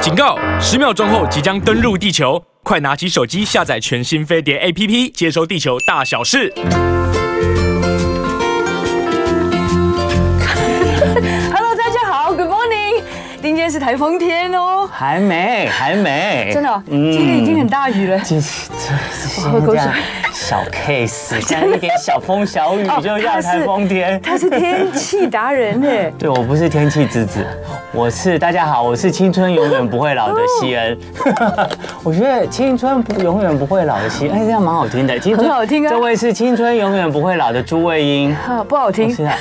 警告！十秒钟后即将登陆地球，快拿起手机下载全新飞碟 APP，接收地球大小事。 Hello，大家好，Good morning。今天是台风天哦，还没，还没，真的哦，嗯今天已经很大雨 了。这是这我喝口水这样小 case，这样一点小风小雨就要台风天。哦他是天气达人哎，对我不是天气之子，我是大家好，我是青春永远不会老的西 恩。我觉得青春不永远不会老的西恩，哎，这样蛮好听的。青春很好听啊这位是青春永远不会老的朱卫英，啊，不好听。是啊，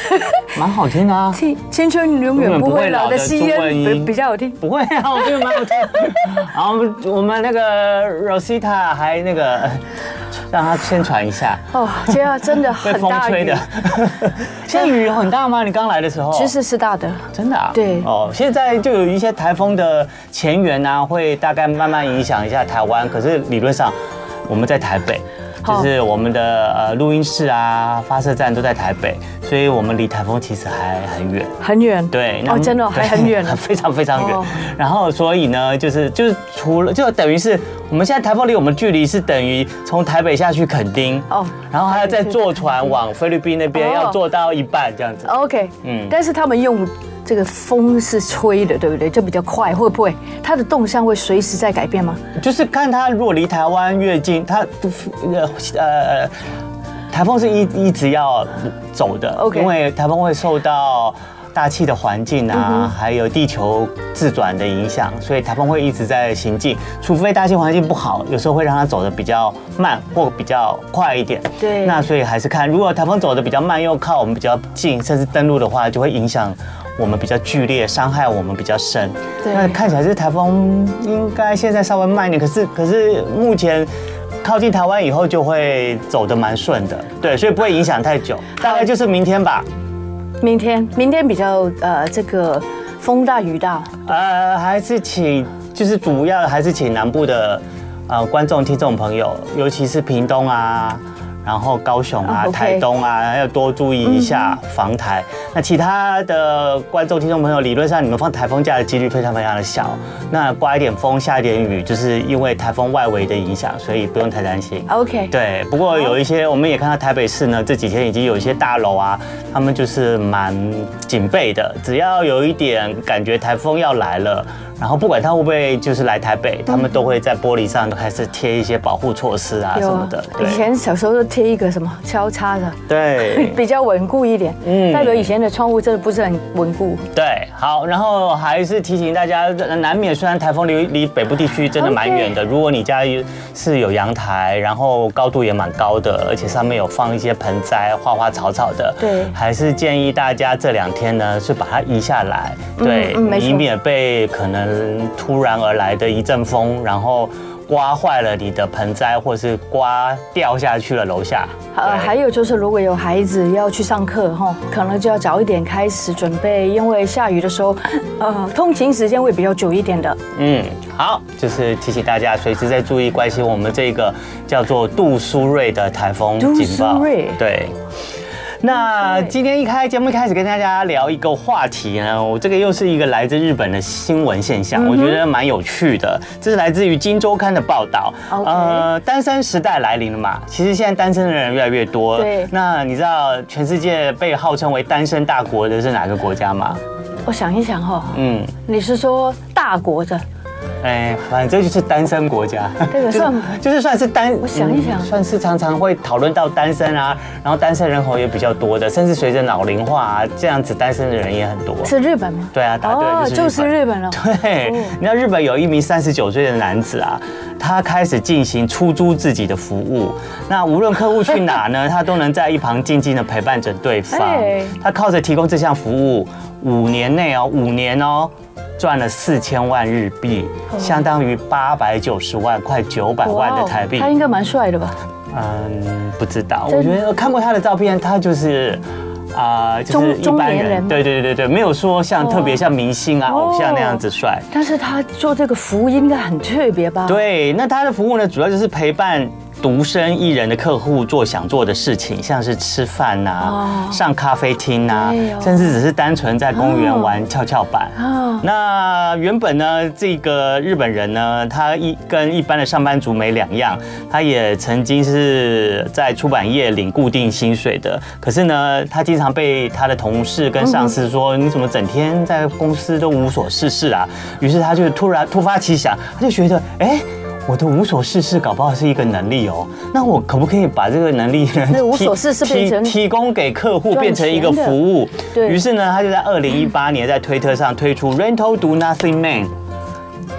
蛮好听的啊。青青春永远不会老的吸永远不会老的朱烟文比英比较好听。不会啊，我觉得蛮 好听。然后我们我们那个 Rosita 还那个呃让他宣传一下。哦，今天真的 被很风大吹雨的，。哦现在雨很大吗？你刚来的时候？其实是大的，真的啊。对哦，现在就有一些台风的前缘啊，会大概慢慢影响一下台湾。可是理论上，我们在台北。好就是我们的呃录音室啊，发射站都在台北，所以我们离台风其实还很远。很远。对，那哦，真的哦对还很 远呢。非常非常远哦。然后所以呢，就是就是除了就等于是我们现在台风离我们距离是等于从台北下去垦丁哦哦，然后还要再坐船往菲律宾那边，哦要坐到一半这样子。 OK，嗯嗯，但是他们用这个风是吹的，对不对？就比较快，会不会？它的动向会随时在改变吗？就是看它如果离台湾越近，它呃呃。台风是一一直要走的 OK 因为台风会受到大气的环境嗯啊，还有地球自转的影响，所以台风会一直在行进，除非大气环境不好，有时候会让它走的比较慢或比较快一点。对那所以还是看，如果台风走的比较慢，又靠我们比较近，甚至登陆的话，就会影响。我们比较剧烈，伤害我们比较深。对那看起来这台风应该现在稍微慢一点，可是可是目前靠近台湾以后就会走得蛮顺的，对，所以不会影响太久，大概就是明天吧。明天，明天比较呃，这个风大雨大，呃，还是请就是主要还是请南部的呃观众听众朋友，尤其是屏东啊。然后高雄啊、哦，OK 台东啊，要多注意一下防台。那其他的观众、听众朋友，理论上你们放台风假的几率非常非常的小。那刮一点风、下一点雨，就是因为台风外围的影响，所以不用太担心。 OK，对，不过有一些我们也看到台北市呢，这几天已经有一些大楼啊，他们就是蛮警备的，只要有一点感觉台风要来了，然后不管它会不会就是来台北，他们都会在玻璃上都开始贴一些保护措施啊什么的。以对前小时候都贴一个什么交叉的，对比较稳固一点，嗯代表以前的窗户真的不是很稳固，对，好，然后还是提醒大家，难免虽然台风离离北部地区真的蛮远的，如果你家有是有阳台，然后高度也蛮高的，而且上面有放一些盆栽、花花草草的，对还是建议大家这两天呢是把它移下来，对，嗯没错以免被可能突然而来的一阵风，然后。刮坏了你的盆栽，或是刮掉下去了楼下。呃，对还有就是如果有孩子要去上课哈，可能就要早一点开始准备，因为下雨的时候，呃，通勤时间会比较久一点的。嗯，好，就是提醒大家随时在注意关心我们这个叫做杜苏芮的台风警杜报苏芮。对。那今天一开节目一开始跟大家聊一个话题呢，我这个又是一个来自日本的新闻现嗯象，我觉得蛮有趣的。这是来自于《金周刊》的报道。 OK 呃，单身时代来临了嘛，其实现在单身的人越来越多。对那你知道全世界被号称为单身大国的是哪个国家吗？我想一想哈，嗯，你是说大国的？哎，反正就是单身国 家，这个算就是就是算是单，嗯我想一想算是常常会讨论到单身啊，然后单身人口也比较多的，甚至随着老龄化啊，这样子单身的人也很多。是日本吗？哦对啊，答对了就就是是日日本了。本。对，哦你知道日本有一名三十九岁的男子啊，他开始进行出租自己的服务。那无论客户去哪呢，他都能在一旁静静的陪伴着对方哎。他靠着提供这项服务，五年内哦，五年哦，赚了四千万日币，哦相当于八百九十万，快九百万的台币。哦他应该蛮帅的吧？嗯，不知道，真我觉得看过他的照片，他就是。啊、就是一中般中年人人，对对对对，没有说像特别像明星啊、哦偶像那样子帅。但是他做这个服务应该很特别吧？，对，那他的服务呢，主要就是陪伴独身一人的客户做想做的事情，像是吃饭呐、哦上咖啡厅呐、对哦甚至只是单纯在公园哦玩跷跷板。啊，那原本呢，这个日本人呢，他一跟一般的上班族没两样，他也曾经是在出版业领固定薪水的。可是呢，他经常被他的同事跟上司说：“你怎么整天在公司都无所事事啊？”于是他就突然突发奇想，他就觉得，哎。我的无所事事搞不好是一个能力哦，那我可不可以把这个能力呢？那无所事事提变成提提供给客户，赚变成一个钱的服务。对于是呢，他就在二零一八年在推特上推出 “Rental Do Nothing Man”，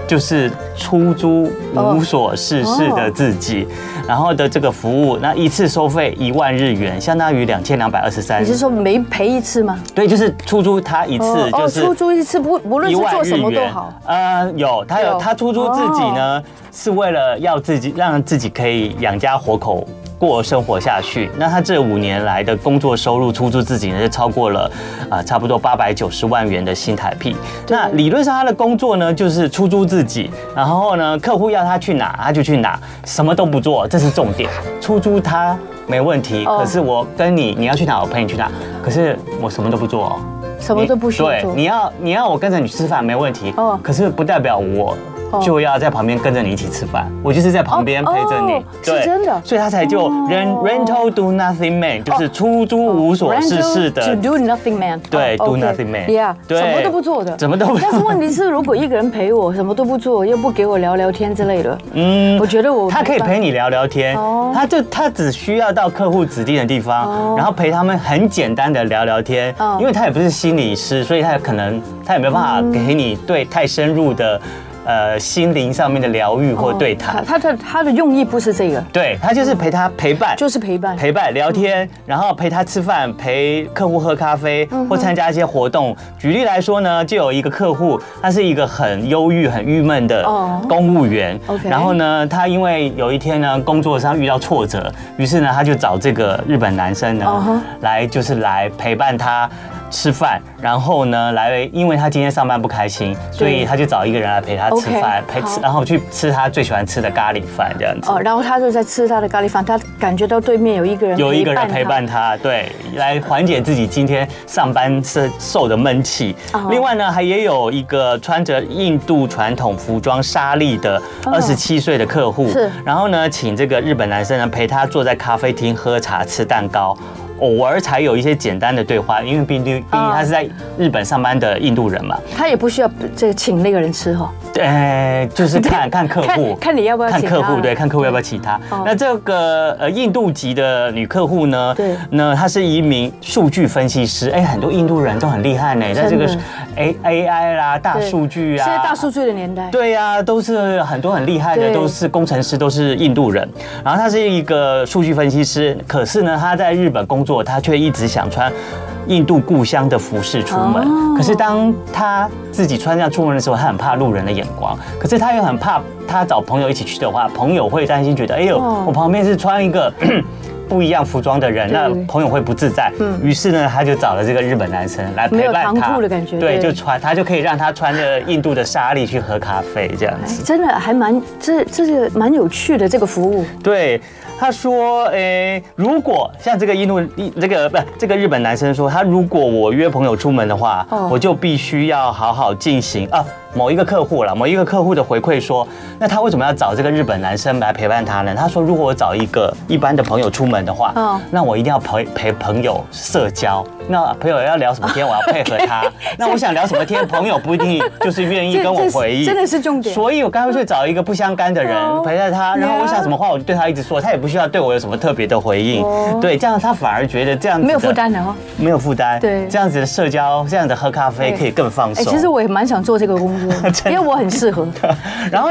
就是出租无所事事的自哦己，然后的这个服务，那一次收费一万日元，相当于两千两百二十三你。是说没赔一次吗？对，就是出租他一次哦，就是出租一次不不论一是万做日什么都元好，。呃，有他有有哦他出租自己呢，是为了要自己让自己可以养家活口。过生活下去，那他这五年来的工作收入出租自己呢，就超过了啊、呃差不多八百九十万元的新台币。那理论上他的工作呢，就是出租自己，然后呢，客户要他去哪他就去哪，什么都不做，这是重点。出租他没问题，哦可是我跟你，你要去哪我陪你去哪，可是我什么都不做、哦。什么都不需要对，做你。要你要我跟着你吃饭没问题，哦可是不代表我哦就要在旁边跟着你一起吃饭，我就是在旁边哦陪着你哦，是真的哦所以他才就 rent rental do nothing man，就是出租无所事事 Rental 的 To。do nothing man，对哦，do ，OK nothing man Yeah，对什么都不做的，什么都不做但是问题是，如果一个人陪我，什么都不做，又不给我聊聊天之类的，嗯我觉得我他可以陪你。你聊聊天哦，他就他只需要到客户指定的地方，哦然后陪他们很简单的聊聊天嗯，因为他也不是心理师，所以他可能他也没办法给你对太深入的呃心灵上面的疗愈或对谈。哦他的他的用意不是这个，对他就是陪他陪伴，就是陪伴。陪伴聊嗯天，然后陪他吃饭，陪客户喝咖啡或参加一些活动。举例来说呢，就有一个客户，他是一个很忧郁、很郁闷的哦公务员。 OK 然后呢，他因为有一天呢，工作上遇到挫折，于是呢，他就找这个日本男生嗯呢哼，来就是来陪伴他。吃饭，然后呢，来，因为他今天上班不开心，所以他就找一个人来陪他吃 OK，饭，陪吃，好然后去吃他最喜欢吃的咖喱饭，这样子。哦，然后他就在吃他的咖喱饭，他感觉到对面有一个人 有一个人他陪伴他，对，来缓解自己今天上班是受的闷气哦。另外呢，还也有一个穿着印度传统服装纱丽的二十七岁的客户，哦是然后呢，请这个日本男生呢陪他坐在咖啡厅喝茶、吃蛋糕。偶尔才有一些简单的对话，因为毕竟毕竟哦他是在日本上班的印度人嘛，他也不需要这个请那个人吃哈，呃，就 是看看客户，看看你要不要看请客他户，对，看客户要不要请他哦。那这个呃印度籍的女客户呢？对那她是一名数据分析师。哎，很多印度人都很厉害呢，在这个真的 A A I 啦、大对数据啊，现在大数据的年代，对呀、都是很多很厉害的，对都是工程师，都是印度人。然后他是一个数据分析师，可是呢，他在日本工作，他却一直想穿印度故乡的服饰出门。哦可是当他自己穿上出门的时候，他很怕路人的眼光，可是他又很怕他找朋友一起去的话，朋友会担心觉得，哎呦，哦我旁边是穿一个。 不一样服装的人，对嗯那朋友会不自在。于是呢，他就找了这个日本男生来没陪有伴唐他，突的感觉对，对就穿他就可以让他穿着印度的纱丽去喝咖啡这样哎子。真的还蛮这这个蛮有趣的这个服务，对，他说，诶、如果像这个印度这个不这个日本男生说，他如果我约朋友出门的话，哦我就必须要好好进行啊。某一个客户了，某一个客户的回馈说，那他为什么要找这个日本男生来陪伴他呢？他说，如果我找一个一般的朋友出门的话，嗯那我一定要陪陪朋友社交。那朋友要聊什么天，我要配合 他。那我想聊什么天，朋友不一定就是愿意这跟我这是回忆。真的是重点所以我干脆找一个不相干的人哦陪着他，然后我想 yeah 什么话我就对他一直说，他也不需要对我有什么特别的回应哦。对，这样他反而觉得这样子没有的负担，的哦哈。没有负担。对这样子的社交，这样的喝咖啡对可以更放哎，松。其实我也蛮想做这个工 作，因为我很适合。然后，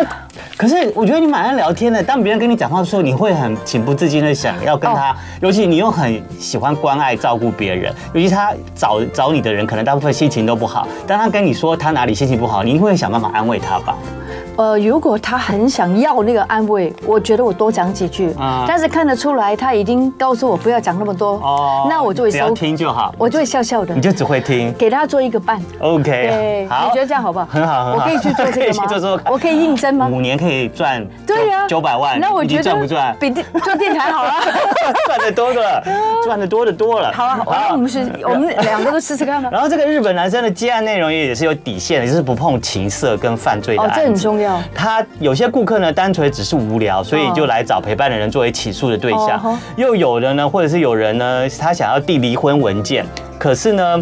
可是我觉得你蛮爱聊天的。当别人跟你讲话的时候，你会很情不自禁的想要跟他，哦尤其你又很喜欢关爱照顾别人，尤其他找找你的人，可能大部分心情都不好。当他跟你说他哪里心情不好，你一定会想办法安慰他吧？呃，如果他很想要那个安慰，我觉得我多讲几句，啊但是看得出来他已经告诉我不要讲那么多，哦那我就会只要收，听就好，我就会笑笑的你，就只会听。给他做一个伴。 OK，对，好，你觉得这样好不好？很好，很好。我可以去做这 可以个去做做吗？看我可以应征吗？五年可以赚对呀、九百万，那我你觉得赚 不赚？ 比电做电台好了。啊赚的多 的，赚的多的多了。好啊，那我们是，我们两个都试试看吧。然后这个日本男生的接案内容也是有底线的，就是不碰情色跟犯罪的哦案，子。这很重要。他有些顾客呢，单纯只是无聊，所以哦就来找陪伴的人作为起诉的对象哦吼。又有的呢，或者是有人呢，他想要递离婚文件，可是呢。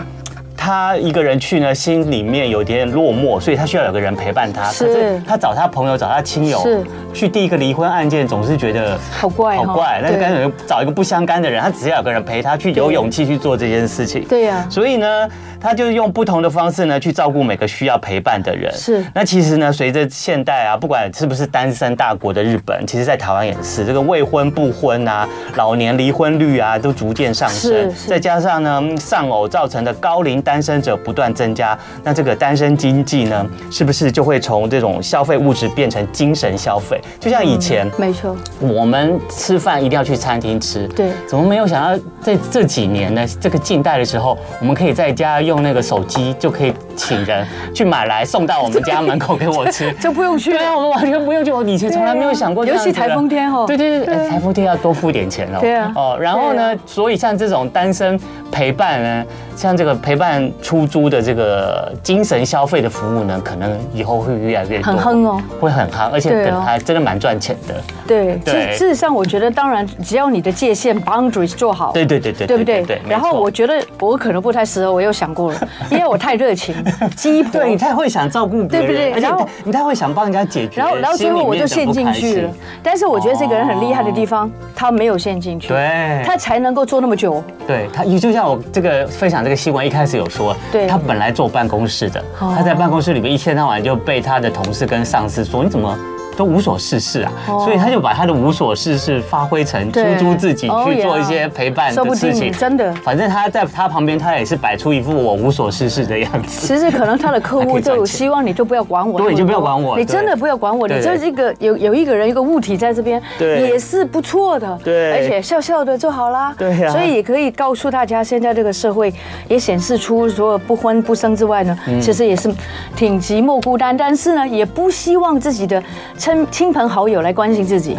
他一个人去呢，心里面有点落寞，所以他需要有个人陪伴他。是可是他找他朋友、找他亲友是去递一个离婚案件，总是觉得好怪哦好怪。那就对干脆找一个不相干的人，他只要有个人陪他去，有对勇气去做这件事情。对呀所以呢，他就用不同的方式呢，去照顾每个需要陪伴的人。是那其实呢，随着现代啊，不管是不是单身大国的日本，其实在台湾也是，这个未婚不婚啊，老年离婚率啊，都逐渐上升是。是再加上呢，丧偶造成的高龄单身者不断增加，那这个单身经济呢，是不是就会从这种消费物质变成精神消费？就像以前。没错，我们吃饭一定要去餐厅吃，对怎么没有想到在这几年呢？这个近代的时候，我们可以在家用那个手机就可以请人去买来送到我们家门口给我 吃。就不用去对啊，我们完全不用，就我以前从来没有想过这尤样子的。其台风天哦对对对，哎台风天要多付点钱哦。对啊哦，然后呢，所以像这种单身陪伴呢，像这个陪伴出租的这个精神消费的服务呢，可能以后会越来越多很夯哦，会很夯，而且对可哦能还真的蛮赚钱的。对，对事事实上，我觉得当然，只要你的界限 boundaries 做好，对对对对对不对？没然后错我觉得我可能不太适合，我又想过 了，因为我太热情、鸡婆对，你太会想照顾别对人，不对而且然后你你太会想帮人家解决，然后，然后最后我就陷进去了心里面的不开心。。哦但是我觉得这个人很厉害的地方，他没有陷进去，对他才能够做那么久。对他，就像我这个分享这个新闻一开始有说，对他本来坐办公室的，哦他在办公室里面一天到晚就被他的同事跟上司说你怎么。都无所事事啊，哦所以他就把他的无所事事发挥成出对租自己哦去做呀一些陪伴说不的事情，定真的反正他在他旁边，他也是摆出一副我无所事事的样子。其实可能他的客还可户以赚就钱希望你就不要管我那么多，对你就不要管我你对真的不要管我，对你对就是一个有有一个人一个物体在这边，对也是不错的，对而且笑笑的就好啦，对呀所以也可以告诉大家，现在这个社会也显示出，除了不婚不生之外呢，嗯其实也是挺寂寞孤单，但是呢，也不希望自己的亲亲朋好友来关心自 己，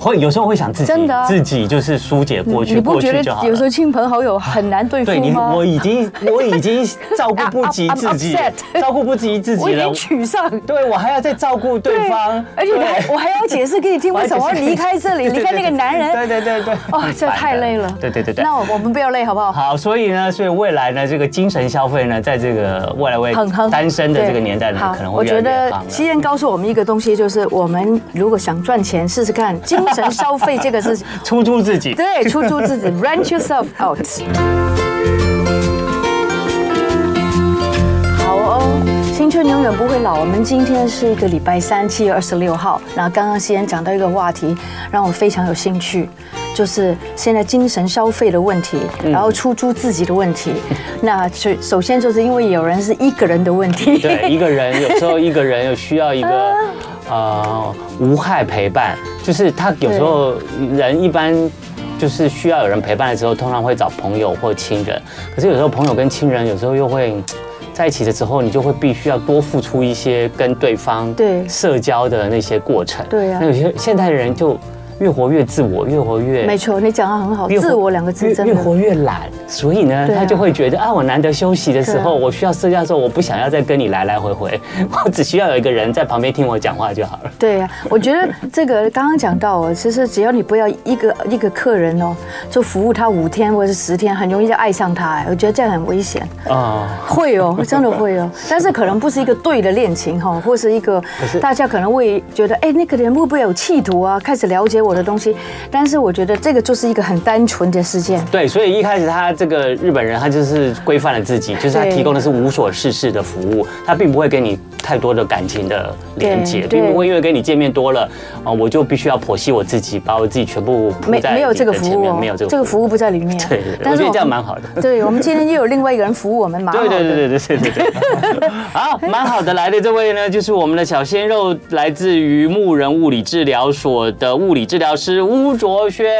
会有时候会想自己，真的啊自己就是疏解过去，你不过去觉得就好了有时候亲朋好友很难对对付你，吗？我已经 我已经照顾不及 I'm- I'm 自己 upset 照顾不及自我己已了经。沮丧。对我还要再照顾对方，哎而且我还对我还要解释给你听，为什么 要离开这里，离开那个男人。对对对对，哦很，这烦太的累了。对对对对。那我我们不要累好不好？好，所以呢，所以未来呢，这个精神消费呢，在这个未来为很很哎单身的这个对年代呢好，可能我会越觉来越得夯西了。燕告诉我们一个东西，就是我们如果想赚钱，试试看精神消费这个事情。出租自己，对，出租自己，rent yourself out。好哦，青春永远不会老。我们今天是一个礼拜三，七月二十六号。然后刚刚西安讲到一个话题，让我非常有兴趣，就是现在精神消费的问题，然后出租自己的问题。那首首先就是因为有人是一个人的问题，对，一个人有时候一个人有需要一啊个呃无害陪伴，就是他有时候人一般。就是需要有人陪伴的时候，通常会找朋友或亲人。可是有时候朋友跟亲人有时候又会在一起的时候，你就会必须要多付出一些跟对方对社交的那些过程。对啊那有些现代的人就越活越自我，越活越 没错，你讲的很好，越活自我两个字越真越的活越懒，所以呢，对啊他就会觉得啊，我难得休息的时候，对我需要社交的时候，我不想要再跟你来来回回， 我只需要有一个人在旁边听我讲话就好了。对呀、我觉得这个刚刚讲到哦，其实只要你不要一个一个客人哦，就服务他五天或者是十天，很容易就爱上他。哎，我觉得这样很危险。啊、会 哦，真的会哦，但是可能不是一个对的恋情哈，或是一个是大家可能会觉得，哎，那个人会不会有企图啊？开始了解我的东西，但是我觉得这个就是一个很单纯的事件。对，所以一开始他这个日本人，他就是规范了自己，就是他对提供的是无所事事的服务，他并不会给你太多的感情的连接，对并不会对因为跟你见面多了，啊、我就必须要剖析我自己，把我自己全部铺没在没有你这个的服前务面哦，没有这个这个服务不在里面。 对对对，我觉得这样蛮好的。对，我们今天又有另外一个人服务我们，蛮好对的。对对对对对 对对，好，蛮好的。来的这位呢，就是我们的小鲜肉，来自于牧人物理治疗所的物理治疗师巫卓轩。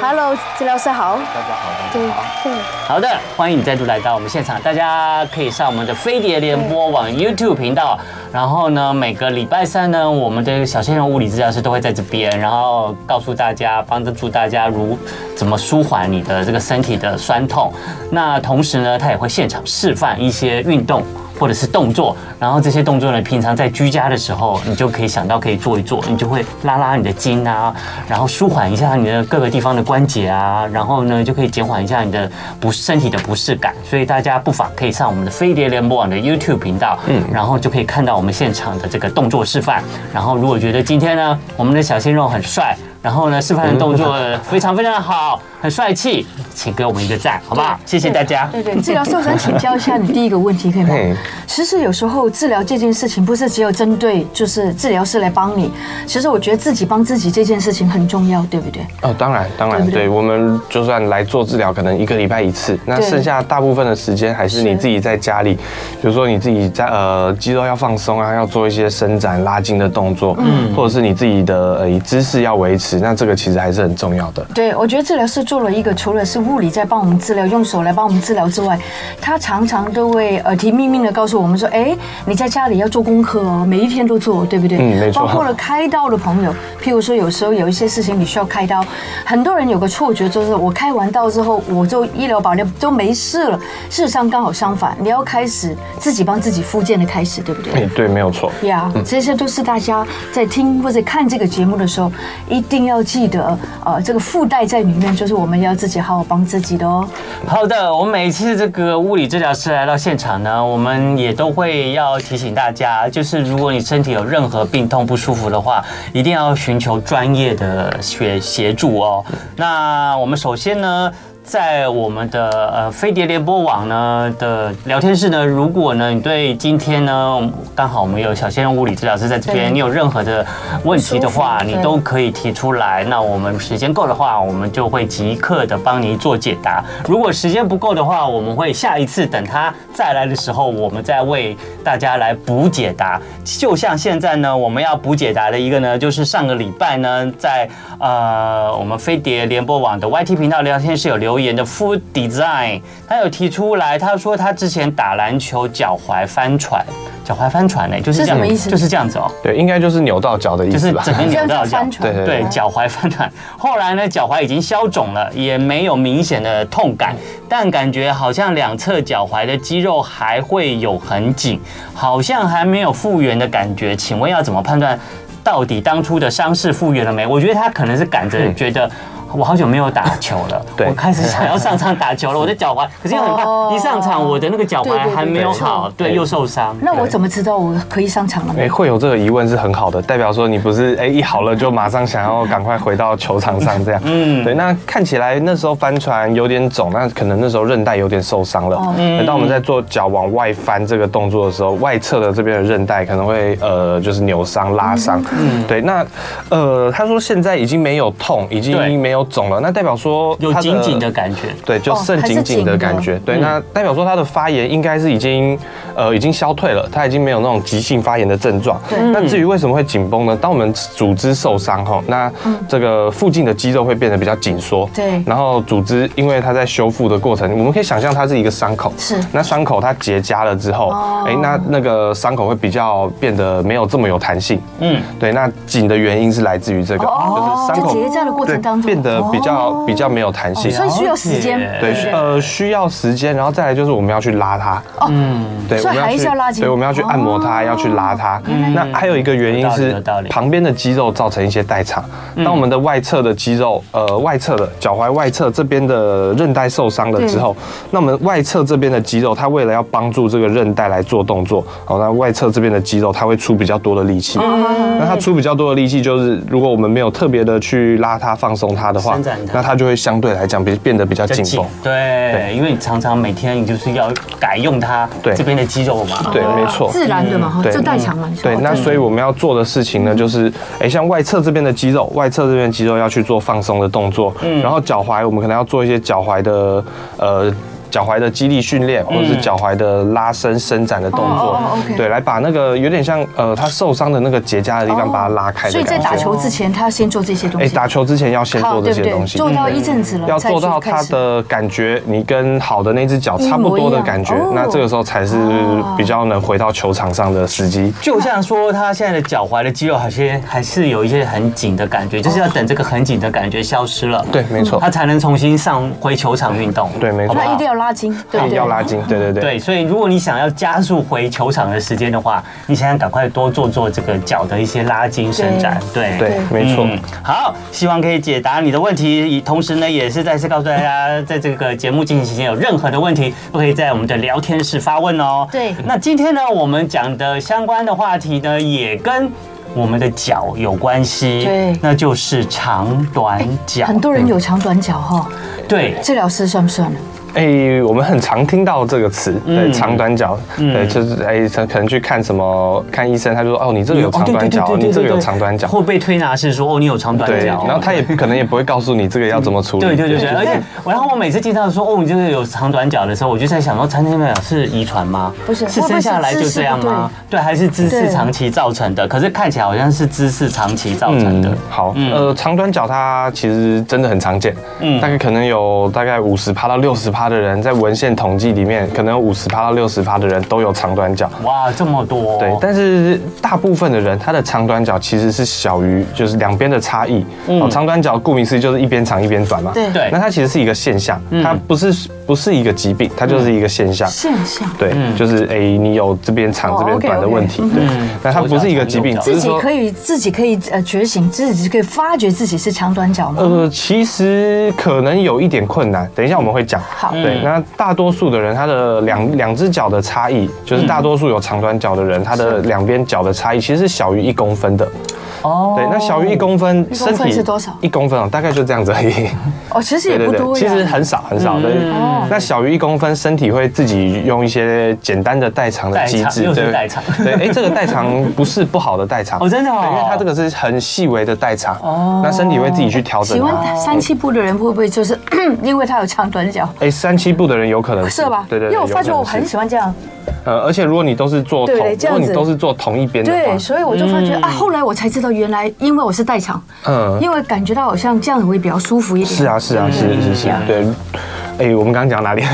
Hello，治疗师好。大家好，对对，好的，欢迎你再度来到我们现场。大家可以上我们的飞碟联播嗯网 YouTube 频道，然后呢，每个礼拜三呢，我们的小鲜肉物理治疗师都会在这边，然后告诉大家，帮助大家如怎么舒缓你的这个身体的酸痛。那同时呢，他也会现场示范一些运动。或者是动作，然后这些动作呢，平常在居家的时候，你就可以想到可以做一做，你就会拉拉你的筋啊，然后舒缓一下你的各个地方的关节啊，然后呢就可以减缓一下你的不身体的不适感。所以大家不妨可以上我们的飞碟联播网的 YouTube 频道，嗯，然后就可以看到我们现场的这个动作示范。然后如果觉得今天呢，我们的小鲜肉很帅。然后呢，示范的动作非常非常好，很帅气，请给我们一个赞，好不好？谢谢大家。对对，治疗师，我想请教一下你第一个问题，可以吗嘿？其实有时候治疗这件事情不是只有针对就是治疗师来帮你，其实我觉得自己帮自己这件事情很重要，对不对？哦，当然，当然，对不对对我们就算来做治疗，可能一个礼拜一次，那对剩下大部分的时间还是你是自己在家里，比如说你自己在呃肌肉要放松啊，要做一些伸展、拉筋的动作，嗯，或者是你自己的呃以姿势要维持，那这个其实还是很重要的。对，我觉得治疗师做了一个，除了是物理在帮我们治疗，用手来帮我们治疗之外，他常常都会耳提面命的告诉我们说，哎，你在家里要做功课哦，每一天都做，对不对？嗯没错包括了开刀的朋友，譬如说有时候有一些事情你需要开刀，很多人有个错觉就是我开完刀之后，我就医疗保健就没事了。事实上刚好相反，你要开始自己帮自己复健的开始，对不对？哎、对，没有错。呀这些都是大家在听或者看这个节目的时候，一定要记得，呃，这个附带在里面，就是我们要自己好好帮自己的哦。好的，我们每一次这个物理治疗师来到现场呢，我们也都会要提醒大家，就是如果你身体有任何病痛不舒服的话，一定要寻求专业的协协助哦。那我们首先呢。在我们的呃飞碟联播网呢的聊天室呢，如果呢你对今天呢刚好我们有小鲜肉物理治疗师在这边，对你有任何的问题的话，舒服你对都可以提出来，那我们时间够的话，我们就会即刻的帮你做解答。如果时间不够的话，我们会下一次等他再来的时候，我们再为大家来补解答。就像现在呢，我们要补解答的一个呢，就是上个礼拜呢，在呃我们飞碟联播网的 YT 频道聊天室有留言的 Food Design，他有提出来，他说他之前打篮球脚踝翻船，脚踝翻船呢、就是是这什么样，意思就是这样子哦、对，应该就是扭到脚的意就是思吧？整个扭到脚，啊对对对，脚踝翻船。后来呢，脚踝已经消肿了，也没有明显的痛感，但感觉好像两侧脚踝的肌肉还会有很紧，好像还没有复原的感觉。请问要怎么判断到底当初的伤势复原了没？我觉得他可能是赶着觉得。我好久没有打球了，嗯 对我开始想要上场打 球了。我的脚踝，可是又很哦怕一上场，我的那个脚对对踝对还没有没错好，对，对又受伤。那我怎么知道我可以上场了哎、呢？会有这个疑问是很好的，代表说你不是哎、一好了就马上想要赶快回到球场上这样。嗯，对。那看起来那时候帆船有点肿，那可能那时候韧带有点受伤了。哦等到我们在做脚往外翻这个动作的时候，外侧的这边的韧带可能会呃就是扭伤、拉伤。嗯，对。那呃他说现在已经没有痛，已对经没有肿了，那代表说有他紧紧的感觉？对，就哦剩还是紧紧紧的的感觉。对，嗯那代表说它的发炎应该是已经，呃，已经消退了，它已经没有那种急性发炎的症状。对那至于为什么会紧绷呢？当我们组织受伤后，那这个附近的肌肉会变得比较紧缩。嗯对然后组织因为它在修复的过程，我们可以想象它是一个伤口。是那伤口它结痂了之后哦，哎，那那个伤口会比较变得没有这么有弹性。嗯，对，那紧的原因是来自于这个，就是伤就口哦结痂的过对程当中变得比较哦比较没有弹性。所以需要时间了解，对不，呃，需要时间，然后再来就是我们要去拉它。嗯，对，哦所以我们还去是要拉筋对，我们要去按摩哦它，嗯要去拉它。那还有一个原因有道理有是道理嗯旁边的肌肉造成一些代偿。当我们的外侧的肌肉，呃，外侧的脚踝外侧这边的韧带受伤了之后，嗯那我们外侧这边的肌肉，它为了要帮助这个韧带来做动作，好，那外侧这边的肌肉它会出比较多的力嗯气。那它出比较多的力气，就是如果我们没有特别的去拉它、放松它的话伸展，它那它就会相对来讲比变得比较比较紧绷。对，因为你常常每天你就是要改用它对这边的肌肌肉嘛。对，没错。哦啊嗯自然的嘛，嗯哈，对就代偿嘛。对，那所以我们要做的事情呢，就是，哎，像外侧这边的肌肉，外侧这边的肌肉要去做放松的动作，嗯然后脚踝我们可能要做一些脚踝的，呃。脚踝的肌力训练，或者是脚踝的拉伸、伸展的动嗯作哦哦哦，OK，对，来把那个有点像呃，他受伤的那个结痂的地方，把它拉开哦所的以在感打觉。球之前，他要先做这些东哎，西。打球之前要先好，做这对不些对东？西，嗯做到一阵子了，要才做到去开它始的感觉，你跟好的那只脚差不多的感觉一模一样哦，那这个时候才是比较能回到球场上的时机。就像说他现在的脚踝的肌肉还是还是有一些很紧的感觉，就是要等这个很紧的感觉消失了，对，没错他，才能重新上回球场运动。对没错好不那好一定要拉筋，对不对？嗯要拉筋，对对对。对，所以如果你想要加速回球场的时间的话，你想想赶快多做做这个脚的一些拉筋伸展，对对，没错。嗯好，希望可以解答你的问题，以同时呢，也是再次告诉大 家，在这个节目进行期间，有任何的问题都可以在我们的聊天室发问哦。对那今天呢，我们讲的相关的话题呢，也跟。我们的脚有关系，对哎那就是长短脚。很多人嗯有长短脚哈，对，治疗师算不算呢？哎、我们很常听到这个词，对，长短脚，对，就是哎，他可能去看什么看医生，他就说哦，你这个有长短脚，你这个有长短脚，会被推拿是说哦，你有长短对，脚，然后他也可能也不会告诉你这个要怎么处理，对对对对，而且我然后我每次听到说哦，你这个有长短脚的时候，我就在想哦说，长短脚是遗传吗？不是是会不生会下是来就姿势这样不吗？对，还是姿势对长期造成的？可是看起来好像是姿势长期造成的嗯。，好，呃，长短脚它其实真的很常见，嗯嗯，大概可能有大概五十趴到六十趴的人，在文献统计里面，可能五十趴到六十趴的人都有长短脚。哇，这么多。对，但是大部分的人他的长短脚其实是小于就是两边的差异。哦，长短脚顾名思义就是一边长一边短嘛。对对那它其实是一个现象，它不是不是一个疾病，它就是一个现象。现象，对，就是哎、你有这边长哦这边短的 OK，OK，问题。对，那它不是一个疾病，手脚只自是己说可以自己可以呃觉醒，自己可以发觉自己是长短脚吗？呃，其实可能有一点困难，等一下我们会讲。好对，那大多数的人他的两两只脚的差异，就是大多数有长短脚的人，他的两边脚的差异其实是小于一公分的。哦对，那小于一公分，一身公分体是多少一公分哦，大概就这样子而已。哦，其实也对不呃对对，多呀，其实很少很少。对，那小于一公分，身体会自己用一些简单的代偿的机制代偿，又是对代偿对，哎，这个代偿不是不好的代偿哦真的哦对因为它这个是很细微的代偿，哦，那身体会自己去调整啊请问它。三七步的人会不会就是 因为他有长短脚？哎，三七步的人有可能啊是吧？对对对，因为我发觉有我可能很是喜欢这样，呃，而且如果你都是做同，对对这如样果子你都是做同一边的对，话，所以我就发觉啊，后来我才知道原来因为我是代偿，嗯，因为感觉到好像这样会比较舒服一点。是啊，是啊，是是嗯是，对。哎，我们刚刚讲哪里？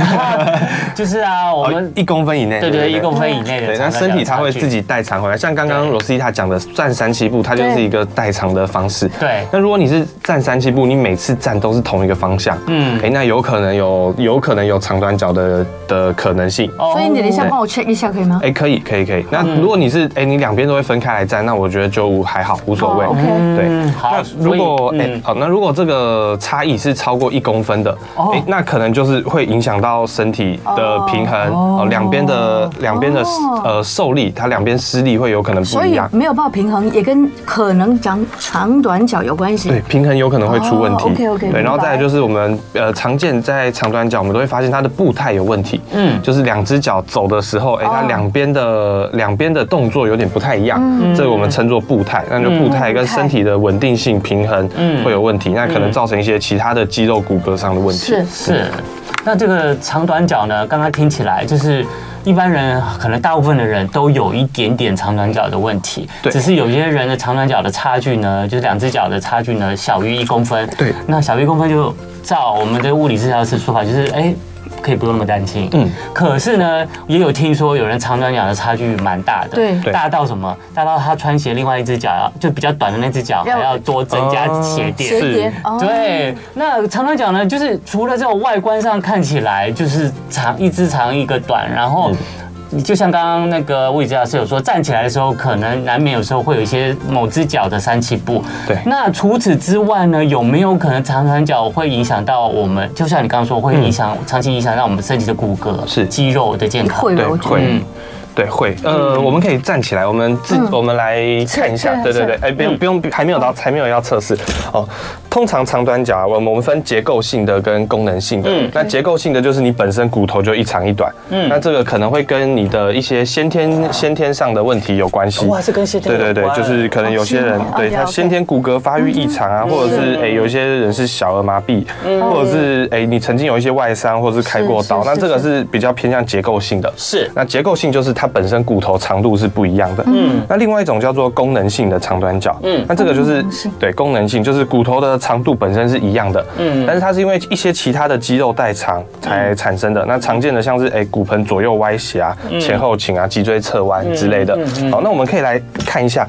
就是啊， 我哦们，一公分以内，对对一公分以内的对，长短那脚身体它会自己代偿回来。像刚刚罗斯伊塔讲的，站三七步，它就是一个代偿的方式。对那如果你是站三七步，你每次站都是同一个方向，嗯嗯，哎，那有可能有有可能有长短脚的的可能性。哦所以你等一下帮我 check 一下可以吗？ 哎，可以，可以，可以。那如果你是哎，你两边都会分开来站，那我觉得就还好，无所谓哦。，OK 对，嗯好那，如果所以哎、嗯好，那如果这个差异是超过一公分的，哦哦、那可能就是会影响到身体的平衡，哦，两边的两边的哦呃受力，它两边施力会有可能不所一以样，没有办法平衡，也跟可能长长短脚有关系。对，平衡有可能会出问题。哦，OK，OK，对，然后明白再来就是我们呃常见在长短脚，我们都会发现它的步态有问题，嗯，就是两只脚走的时哦候，哎、它两边的两边的动作有点不太一样，嗯这个我们称作步态，那就步态跟身体的稳定性、平衡嗯会有问题，那可能造成一些其他的肌肉骨骼上的问题。是是，那这个长短脚呢？刚刚听起来就是一般人可能大部分的人都有一点点长短脚的问题，对只是有些人的长短脚的差距呢，就是两只脚的差距呢小于一公分，对那小于一公分就照我们的物理治疗师说法，就是哎。可以不用那么担心，嗯嗯，可是呢，也有听说有人长短脚的差距蛮大的，对对大到什么？大到他穿鞋另外一只脚要就比较短的那只脚还要要多增加鞋垫，鞋是垫哦对，那常常讲呢，就是除了这种外观上看起来就是长一只长一个短，然后。嗯你就像刚刚那个物理治疗师有说，站起来的时候可能难免有时候会有一些某只脚的三七步。对那除此之外呢，有没有可能长短脚会影响到我们？就像你刚刚说，会影响、长期影响到我们身体的骨骼、是肌肉的健康。嗯会对，吧？我觉得会。对，会。呃，我们可以站起来，我们自我们来看一下。测对对对，测哎，不用不用，还没有到，还没有要测试哦。通常长短脚啊，我们我们分结构性的跟功能性的。嗯那结构性的就是你本身骨头就一长一短。嗯那这个可能会跟你的一些先天先天上的问题有关系。哇，这跟现在对对对，就是可能有些人哦是对哦他了解先天骨骼发育异常啊，或者是嗯哎有一些人是小儿麻痹，或者是哎你曾经有一些外伤，或者是开过是刀，是那是这个是是比较偏向结构性的。是那结构性就是它本身骨头长度是不一样的。嗯，那另外一种叫做功能性的长短脚。嗯嗯，那这个就功是能性对功能性，就是骨头的长度本身是一样的。嗯嗯，但是它是因为一些其他的肌肉代偿才产生的。那常见的像是哎骨盆左右歪斜啊、前后倾啊、脊椎侧弯之类的。好，那我们可以来看一下，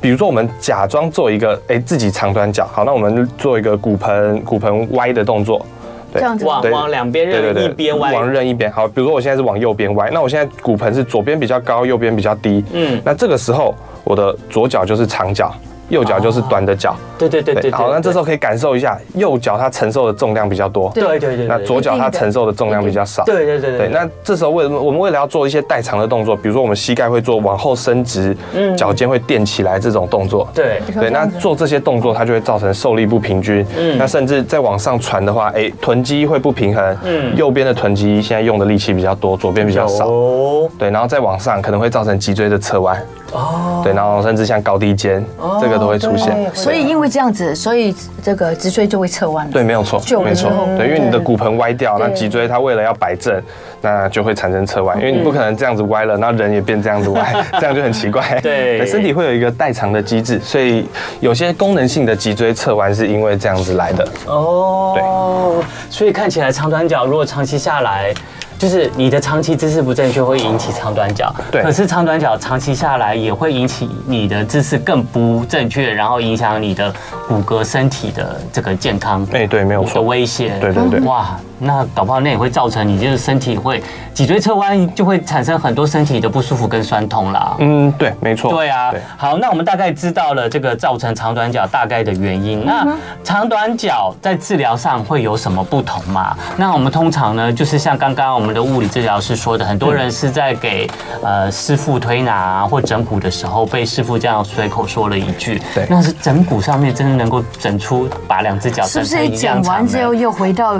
比如说我们假装做一个哎自己长短脚。好，那我们做一个骨盆骨盆歪的动作。这对样子吗往对往两边对对任对，一边歪，往任一边。好，比如说我现在是往右边歪，那我现在骨盆是左边比较高，右边比较低。嗯嗯，那这个时候我的左脚就是长脚，右脚就是短的脚。对哦对对对。好，那这时候候可以感受一下，右脚它承受的重量比较多，对对对对，那左脚脚它承受的重量比较少。对对对对，那这时候为什么我们为了要做一些代偿的动作，比如说我们膝盖会做往后伸直嗯，脚尖会垫起来这种动作。对对，那做这些动作，它就会造成受力不平均。嗯那甚至再往上传的话，哎，臀肌会不平衡。嗯哦嗯，右边的臀肌现在用的力气比较多，左边比较少。有对，然后再往上可能会造成脊椎的侧弯。哦，对，然后甚至像高低肩，这个都会出现。所以因为这样子，所以这个脊椎就会侧弯了。对，没有错久，了没之错后。嗯对，因为你的对骨盆歪掉，那对脊椎它为了要摆正，那就会产生侧弯，因为你不可能这样子歪了，然后人也变这样 子歪，这样就很奇怪。对身体会有一个代偿的机制，所以有些功能性的脊椎侧弯是因为这样子来的。哦，所以看起来长短脚如果长期下来，就是你的长期姿势不正确会引起长短脚，对可是长短脚长期下来也会引起你的姿势更不正确，然后影响你的骨骼、身体的这个健康。哎，对，没有的错。威胁，对对对哇，那搞不好那也会造成你就是身体会脊椎侧弯，就会产生很多身体的不舒服跟酸痛啦。嗯，对，没错。对啊，好，那我们大概知道了这个造成长短脚大概的原因。那嗯长短脚在治疗上会有什么不同吗？那我们通常呢，就是像刚刚我们的物理治疗师说的，很多人是在给呃师傅推拿、啊或整骨的时候，被师傅这样随口说了一句，对那是整骨上面真的能够整出把两只脚是整不成是一一讲样长完之后的？又回到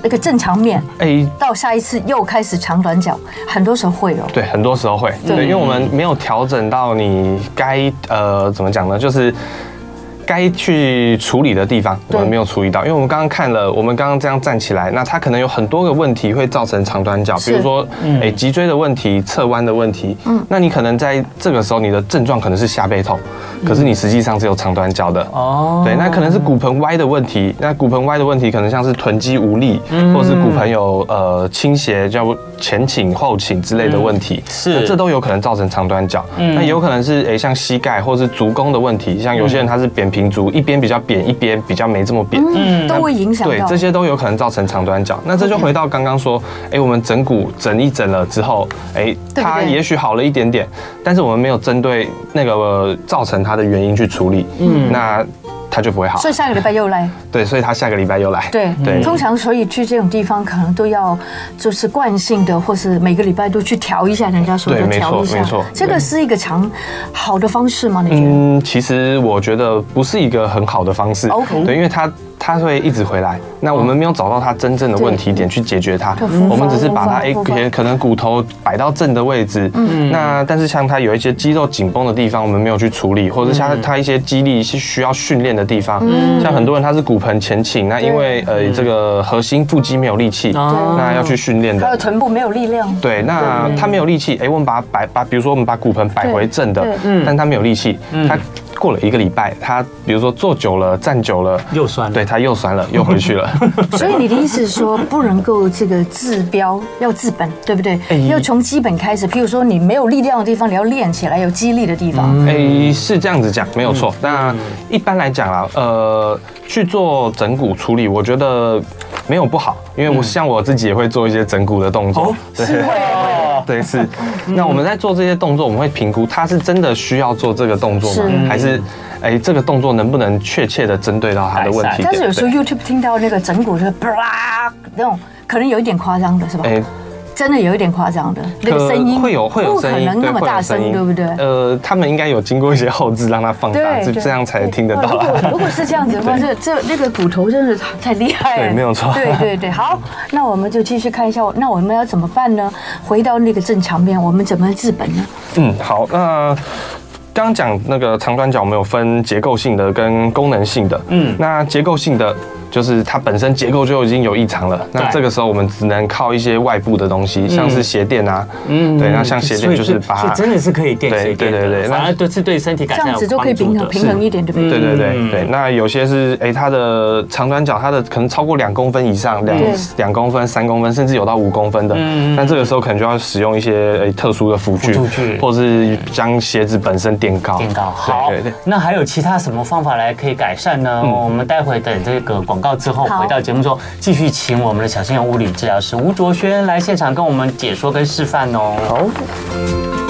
那个正常面，哎，到下一次又开始长短脚，很多时候会哦。对，很多时候会，对对，因为我们没有调整到你该呃怎么讲呢，就是。该去处理的地方，我对们没有处理到，因为我们刚刚看了，我们刚刚这样站起来，那它可能有很多个问题会造成长短脚，是嗯比如说，哎，脊椎的问题、侧弯的问题，嗯，那你可能在这个时候你的症状可能是下背痛，可嗯是你实际上是有长短脚的，哦对，那可能是骨盆歪的问题。那骨盆歪的问题，可能像是臀肌无力，嗯或者是骨盆有呃倾斜，叫前倾、后倾之类的问题。嗯是那这都有可能造成长短脚。那也有可能是诶、像膝盖或是足弓的问题，像有些人他是扁平足，一边比较扁，一边比较没这么扁。嗯，都会影响对到，这些都有可能造成长短脚。那这就回到刚刚说，哎、我们整骨整一整了之后，哎、对它也许好了一点点，但是我们没有针对那个、呃造成它的原因去处理，嗯，那它就不会好所。以下个礼拜又来。对，所以他下个礼拜又来。对，啊对通常所以去这种地方可能都要就是惯性的，或是每个礼拜都去调一下，人家说对的没错调一下没错，这个对是一个常好的方式吗？你觉得？嗯，其实我觉得不是一个很好的方式。 OK 对，因为他他会一直回来，那我们没有找到他真正的问题点去解决它对复，发我们只是把它复发哎复发可可能骨头摆到正的位置。嗯，那但是像他有一些肌肉紧绷的地方，我们没有去处理，或者像他一些肌力是需要训练的地方，嗯像很多人他是骨盆前倾，那因为呃这个核心腹肌没有力气，嗯哦嗯那要去训练的还有。臀部没有力量，对，那他没有力气，哎、我们把它摆把，比如说我们把骨盆摆回正的对对，嗯但他没有力气，他过了一个礼拜，他比如说坐久了、站久了，又酸了对他又酸了，又回 去了。 所以你的意思是说，不能够这个治标，要治本，对不对哎？要从基本开始，譬如说你没有力量的地方，你要练起来；有肌力的地方，哎、是这样子讲，没有嗯错。那一般来讲啦，呃，去做整骨处理，我觉得没有不好，因为我像我自己也会做一些整骨的动嗯作哦，对。对，是。那我们在做这些动作，我们会评估他是真的需要做这个动作吗？是还是，哎，这个动作能不能确切的针对到他的问题点？哎但是有时候对 YouTube 听到那个整骨就是啪啦那种，可能有一点夸张的是吧？哎，真的有一点夸张的，那个呃声音会有会有不可声音，能对那么会有大声声，音对不对？呃，他们应该有经过一些后置让它放大，对，这对这样才听得到啊哇如果啦。如果是这样子的 话，这这那个骨头真的太太厉害了。对没有错对对对，好，那我们就继续看一下，那我们要怎么办呢？回到那个正常面，我们怎么治本呢？嗯，好，那。刚刚讲那个长短脚，我们有分结构性的跟功能性的。嗯，那结构性的就是它本身结构就已经有异常了，那对嗯这个时候我们只能靠一些外部的东西，像是鞋垫啊，嗯，对，那像鞋所垫以就是把所以它真的是可以垫对鞋垫的，对对对反而对是对身体改这善样子就可以平衡平衡一点，对不对？对对嗯对对，那有些是哎、它的长短脚，它的可能超过两公分以上，两对两公分、三公分，甚至有到五公嗯分的。那这个时候可能就要使用一些哎、特殊的辅具辅具，或是将鞋子本身垫高。垫高。好对对对。，那还有其他什么方法来可以改善呢？我们待会等这个广告之后，好回到节目中继续请我们的小鲜肉物理治疗师吴卓轩来现场跟我们解说跟示范哦。好，嗯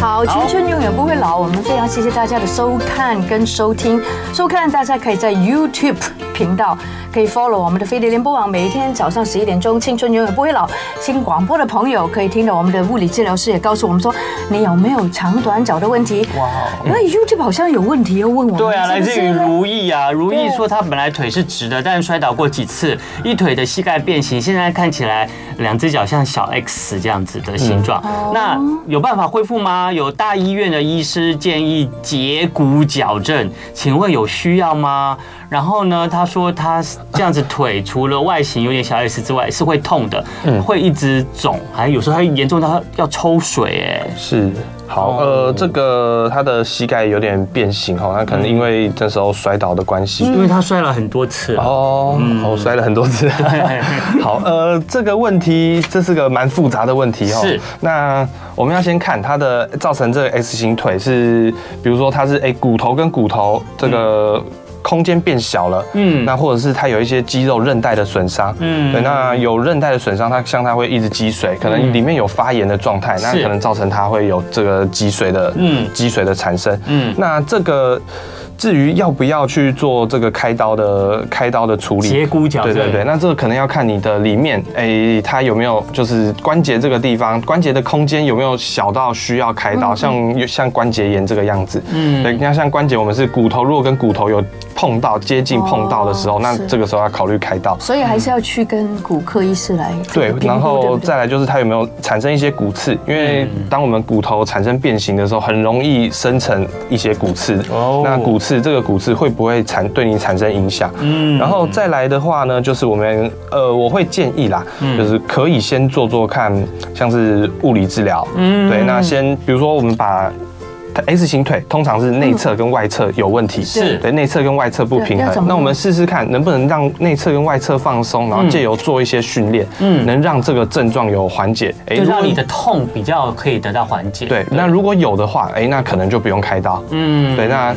好，青春永远不会老。我们非常谢谢大家的收看跟收听，收看大家可以在 YouTube 频道可以 follow 我们的飞碟联播网，每一天早上十一点钟，《青春永远不会老》新广播的朋友可以听到我们的物理治疗师也告诉我们说，你有没有长短脚的问题？哇哇，哦那 YouTube 好像有问题要问我们，对啊，来自是于不是如意啊。如意对说她本来腿是直的，但摔倒过几次，一腿的膝盖变形，现在看起来两只脚像小 X 这样子的形状。嗯那有办法恢复吗？有大医院的医师建议截骨矫正，请问有需要吗？然后呢，她说她这样子腿除了外形有点小 S 之外，是会痛的，嗯会一直肿，还有时候还严重到要抽水哎、是。好，呃，这个它的膝盖有点变形哈，那可能因为那时候摔倒的关系，嗯因为她摔了很多次。哦，我摔了很多次。 好，呃，这个问题这是个蛮复杂的问题哦。是。那我们要先看它的造成这个 S 型腿是，比如说它是哎、骨头跟骨头这个。空间变小了，嗯嗯，那或者是它有一些肌肉韧带的损伤，嗯嗯，对，那有韧带的损伤，它像它会一直积水，可能里面有发炎的状态，那是可能造成它会有这个积水的，嗯嗯，积水的产生，嗯嗯，那这个至于要不要去做这个开刀的开刀的处理，截骨矫正对对对，那这个可能要看你的里面，哎、它有没有就是关节这个地方，关节的空间有没有小到需要开刀，像像关节炎这个样子。嗯嗯，对，你看像关节，我们是骨头，如果跟骨头有碰到、接近碰到的时候，哦那是这个时候要考虑开刀。所以还是要去跟骨科医师来对，评估然对后不对再来就是它有没有产生一些骨刺，因为当我们骨头产生变形的时候，很容易生成一些骨刺。哦那骨刺这个骨刺会不会产对你产生影响？嗯然后再来的话呢，就是我们呃，我会建议啦，嗯就是可以先做做看，像是物理治疗，嗯对，那先比如说我们把 S 型腿通常是内侧跟外侧有问题，嗯是对，内侧跟外侧不平对要怎么衡。那我们试试看能不能让内侧跟外侧放松，然后借由做一些训练，嗯嗯，能让这个症状有缓解。哎就如果让你的痛比较可以得到缓解。对，那如果有的话，哎，那可能就不用开刀。嗯对，那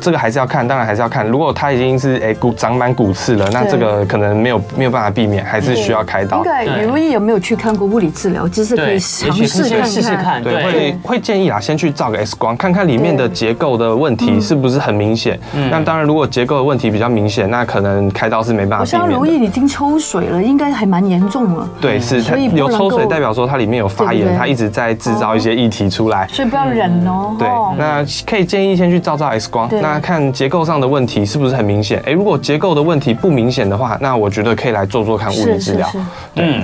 这个还是要看，当然还是要看。如果它已经是哎骨长满骨刺了，那对这个可能没有没有办法避免，还是需要开刀应。该对如意有没有去看过物理治疗？就是可对，以也尝许试可以看看。试试看，对，对，会会建议啊，先去照个 X 光，看看里面的结构的问题是不是很明显。那当然，如果结构的问题比较明显，那可能开刀是没办我法避像免如的。意已经抽水了，应该还蛮严重了，对，是它哦所以不有能抽水，够代表说它里面有发对不炎，对它一直在制造一些液体出来。所以不要忍哦。嗯对哦，那可以建议先去照照 X 光对，那看结构上的问题是不是很明显？哎，如果结构的问题不明显的话，那我觉得可以来做做看物理是治是疗。是，嗯，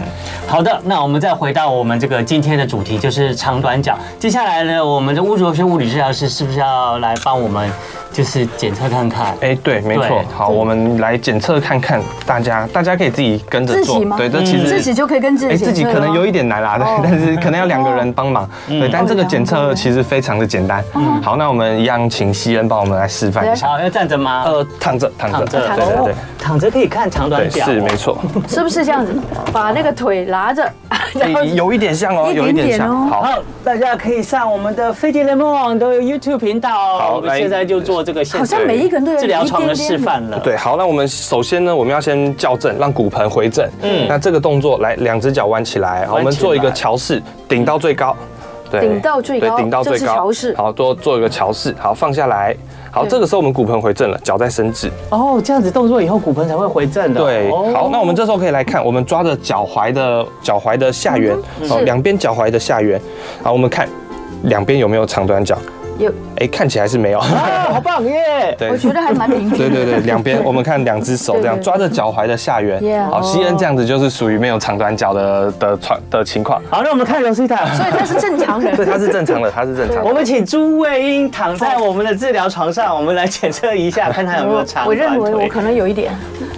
好的，那我们再回到我们这个今天的主题，就是长短脚。接下来呢，我们的巫卓学物理治疗师是不是要来帮我们，就是检测看看？哎，对，没错对。好，我们来检测看看，大家大家可以自己跟着自做己吗。嗯对，这其实自己就可以跟自己哎，检测自己可能了有一点难啦，哦对， 但是可能要两个人帮忙。对，但这个检测其实非常的简单。嗯好，那我们一样请西恩帮我们来示范一下。好，要站着吗？嗯呃，躺着，躺着，躺着，对对对哦，躺着可以看长短对，脚哦，是没错。是不是这样子？把那个腿拿着， 然后哎有一点像哦，一点有一点点像哦。好，好，大家可以上我们的飞碟联盟网的 YouTube 频道哦。好我们来现在就做这个现好像每一个人都有治疗床的一点点示范了。对，好，那我们首先呢，我们要先校正，让骨盆回正。嗯，那这个动作来，两只脚弯起来，好，我们做一个桥式，顶到最高，对，顶到最高对，顶到最这是高，桥式嗯好，多做一个桥式，好，放下来，好，对这个时候我们骨盆回正了，脚在伸直，哦，这样子动作以后骨盆才会回正的。对，哦好，那我们这时候可以来看，我们抓着脚踝的脚踝的下缘，哦，嗯是两边脚踝的下缘，好，我们看两边有没有长短脚，有，哎，看起来是没有，啊，好棒耶！ 对我。觉得还蛮平哎对均对的。对，两边我们看两只手这样对对对抓着脚踝的下缘 Yeah，哦好，西恩这样子就是属于没有长短脚的的传的情况，好，那我们看刘西塔，所以他是正常人。 对，它是正常的，它是正常我的。们请朱卫英躺在我们的治疗床上，我们来检测一下，看他有没有长我短腿。认为我可能有一点，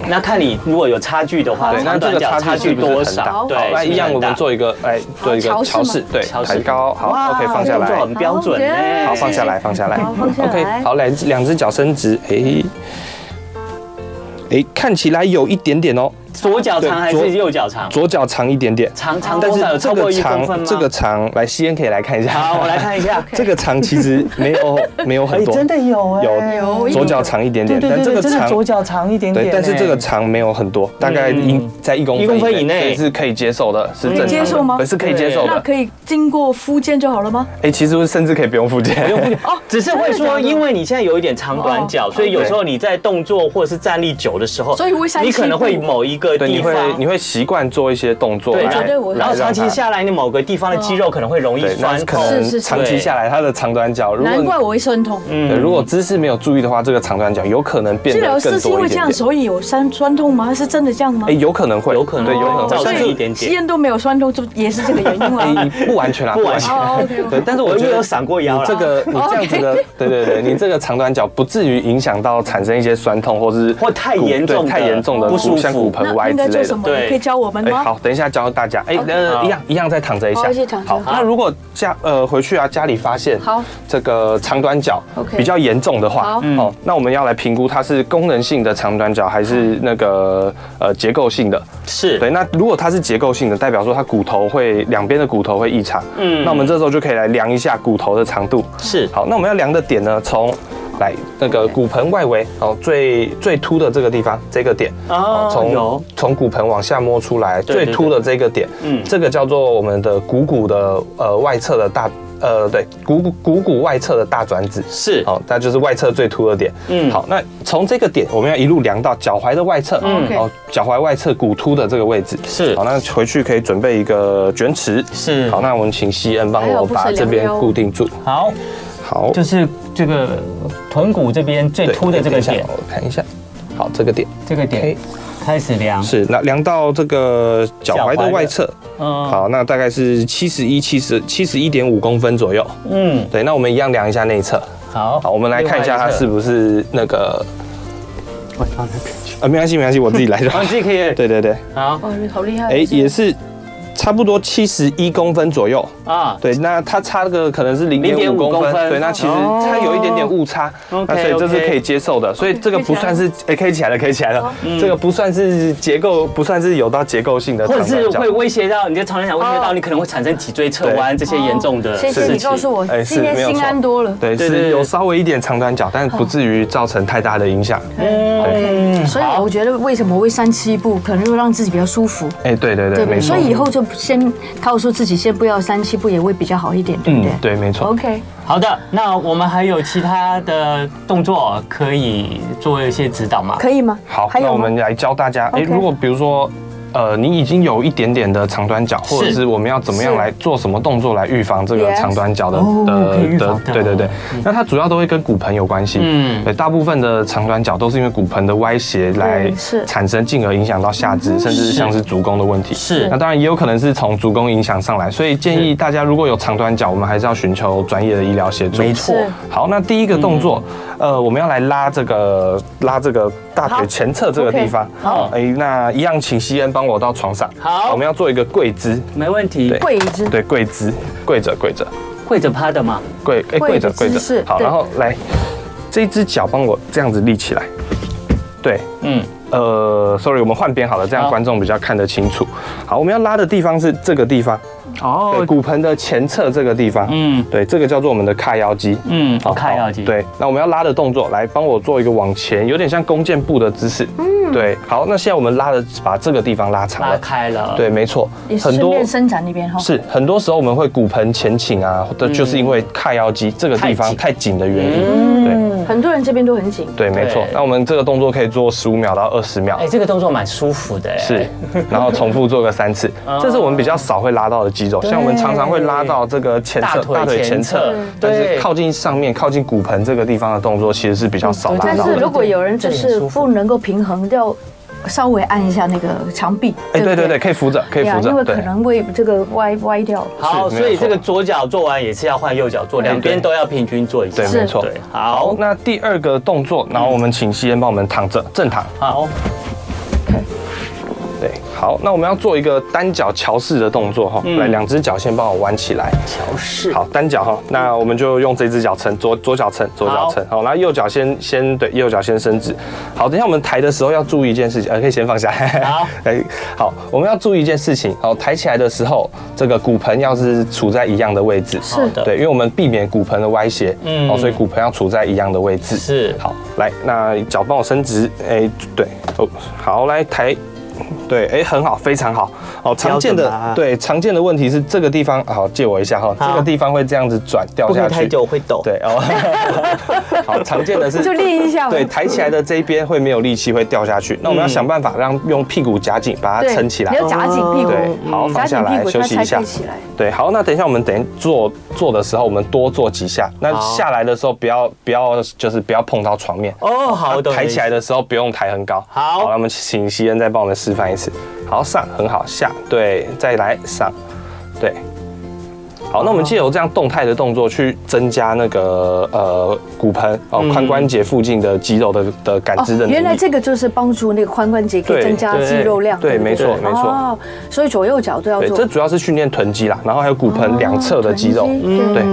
那看你如果有差距的话，对，那长这短个脚差差距是距不是多很大？少？好对，那一样我们做一个，哎，做一个好桥桥式式吗，对，桥式抬高，哇好，OK，放下动作来，很标准好呢。耶好，放下嗯来，放下来好放下来，OK，好，两两只脚伸直，哎，哎，看起来有一点点哦，左脚长还对是左右脚长？左脚长一点点，长长但多是少？有这超过个一公分长，吗？这个长，来，西恩可以来看一下，好，我来看一下。这个长其实没 有没有很哎，多，真的有哎，有有左脚长一点对点，对但对这对，个真的长左脚长一点点对哎。，但是这个长没有很多，大概一嗯在一公一公分以以内所以是可以接受的，是正常的可以接受吗对，是可以接受那的。可以经过复健就好了吗？哎，其实甚至可以不用复健， 哦，只是会说，因为你现在有一点长短脚，哦所以有时候你在动作或者是站立久的时候，所以会像你可能会西部某一个 对，地你方会你会习惯做一些动作对，来，绝对我然后来让长期它下来，你某个地方的肌肉可能会容易对，那酸可痛。是能是长期下来它的长短脚，如难怪果嗯我会酸痛。对，如果姿势没有注意的话，这个长短脚有可能变治疗得师更是因多为一这点样，点。所以有酸酸痛吗？是真的这样吗哎，？有可能会，有可能对，有可能造会，成但一是点点西恩都没有酸痛，就也是这个原因吗？哎不完全啦，不完全哦，OK，OK 对，但是我我觉也得有闪过腰你了。 这个你这样子哦的，对对对，你这个长短脚不至于影响到产生一些酸痛或是或太骨严对重的太严重的不舒骨像服骨那盆歪应之该做类的什。么？对你可以教我们哎，吗？好，等一下教大家。哎，好呃，一样一样再躺着一好下一起躺。着好，那如果家呃回去啊，家里发现好这个长短脚 OK 比较严重的话好，嗯哦，那我们要来评估它是功能性的长短脚还是那个呃结构性的。是对，那如果它是结构性的，代表说它骨头会两边的骨头会异常。嗯嗯，那我们这时候就可以来量一下骨头的长度。是好，那我们要量的点呢，从来那个骨盆外围哦，最最凸的这个地方，这个点哦有从从骨盆往下摸出来，对对最凸的这个点，嗯嗯，这个叫做我们的股骨的呃外侧的大呃对股骨股骨外侧的大转子。是好，那就是外侧最凸的点。嗯嗯，好，那从这个点我们要一路量到脚踝的外侧，嗯， OK 哦，脚踝外侧骨突的这个位置是好，那回去可以准备一个卷尺。是好，那我们请西恩帮还好我不是把这边量腰固定住。好，好，就是这个臀骨这边最对凸的这个等一下点，我看一下。好，这个点这个点 OK 开始量，是那量到这个脚踝的外侧，嗯好，那大概是七十一、七十七十一点五公分左右。嗯，对，那我们一样量一下内侧。好，好，我们来看一下它是不不是那个，啊，没关系，没关系，我自己来就 好是。自己可以对对对，好哦，你好厉害！哎，也是差不多七十一公分左右。啊，对，那它差个可能是零点0.5五公公分分，对，那其实哦它有一点点误差， OK，那所以这 OK 是可以接受的，所以这个不算是，哎，可以起来了，可以起来了，这个不算是结构，不算是有到结构性的或长者短是脚会威胁到你的常常想威胁哦到你可能会产生脊椎侧弯这些严重的哦谢事谢情。你告诉我，哎是今天没有心错安多了。对，对对是有对稍微一点长短脚，但不至于造成太大的影响。嗯，所以好我觉得为什么会三七步，可能就让自己比较舒服，哎，对对对，对不没对？错所。以以后就先告诉自己，先不要三七步，也会比较好一点，对不嗯对，？对，没错。 OK，好的，那我们还有其他的动作可以做一些指导吗？可以吗？好，还那有我吗们来教大家，哎， OK 如果比如说。呃，你已经有一点点的长短脚，或者是我们要怎么样是来做什么动作来预防这个 Yes 长短脚的哦可以预防的对对对，那它主要都会跟骨盆有关系。嗯嗯，对，大部分的长短脚都是因为骨盆的歪斜来嗯是产生，进而影响到下肢，甚至像是足弓的问题。是那当然也有可能是从足弓影响上来，所以建议大家如果有长短脚，我们还是要寻求专业的医疗协助。没错是嗯好，那第一个动作，呃，我们要来拉这个拉这个大好腿前侧这个 OK，地方。好哎，那一样，请西恩帮我到床上。好我们要做一个跪姿。没问题对。跪姿，对，跪姿，跪着，跪着，跪着趴的嘛，跪，哎，跪跪的着，跪姿势着。好，对然后来，这只脚帮我这样子立起来。对，嗯，呃，sorry，我们换边好了，这样好观众比较看得清楚。好，我们要拉的地方是这个地方，对，哦，骨盆的前侧这个地方，嗯对，这个叫做我们的髂腰肌。嗯，我看要肌，，对，那我们要拉的动作，来帮我做一个往前，有点像弓箭步的姿势。嗯，对。好，那现在我们拉的，把这个地方拉长拉哦了。开了，，对，没错也，是很顺多便伸哦展那边哈。是很多时候我们会骨盆前倾啊，的就是因为髂腰肌这个地太方紧太紧的原因。嗯，很多人这边都很紧。对，没错对。那我们这个动作可以做十五秒到二十秒哎，。这个动作蛮舒服的，哎是，然后重复做个三次，这是我们比较少会拉到的肌肉，像我们常常会拉到这个前大侧、腿前侧，嗯但是对，靠近上面、靠近骨盆这个地方的动作其实是比较少拉但到是的。如果有人嗯就这也是舒服不能够平衡，要稍微按一下那个墙壁。哎，对不对对，，可以扶着，可以呀扶啊因为着，可对。能会这个歪歪掉。好，是所没以有错这个左脚做完也是要换右脚做，两边对都要平均做一下，对，是没错。对，好，那第二个动作，然后我们请西恩帮我们躺着正躺。好，对，好，那我们要做一个单脚桥式的动作哈，来，两只脚先帮我弯起来。调试，好，单脚哈，那我们就用这只脚撑，左左脚撑，左脚撑。好，那右脚先先对，右脚先伸直。好，等一下我们抬的时候要注意一件事情，呃，可以先放下。好， 哎，好，我们要注意一件事情，好，抬起来的时候，这个骨盆要是处在一样的位置。是好的，对，因为我们避免骨盆的歪斜，嗯嗯，哦，所以骨盆要处在一样的位置。是好，来，那脚帮我伸直，哎，对，哦，好，来抬，对，哎，很好，非常好。哦，常见标准吧的，对，常见的问题是这个地方，好，借我一下哈，好这个地方会这样子转掉不可下以太去。久会抖，，对 哦，好，常见的 是就练一下嘛对，抬起来的这一边会没有力气，会掉下去。那我们要想办法让用屁股夹紧，把它对，撑起来哦你。要夹紧屁股嗯对，，好，夹放紧下屁来股休它才息一可下以。起来。对，好，那等一下我们等做做的时候，我们多做几下。那好下来的时候不要不要就是不要碰到床面。啊哦，好，懂抬起来的的时候不用抬很高。好那我们请西恩再帮我们示范一次。好，上很好，下对，再来上，对。好，那我们借由这样动态的动作去增加那个呃骨盆哦嗯髋关节附近的肌肉的的感知的能哦力。原来这个就是帮助那个髋关节可以对增加肌肉量，对，不没错对没错。哦，所以左右脚都要对，做这。主要是训练臀肌啦，然后还有骨盆两侧的肌肉哦。臀肌对，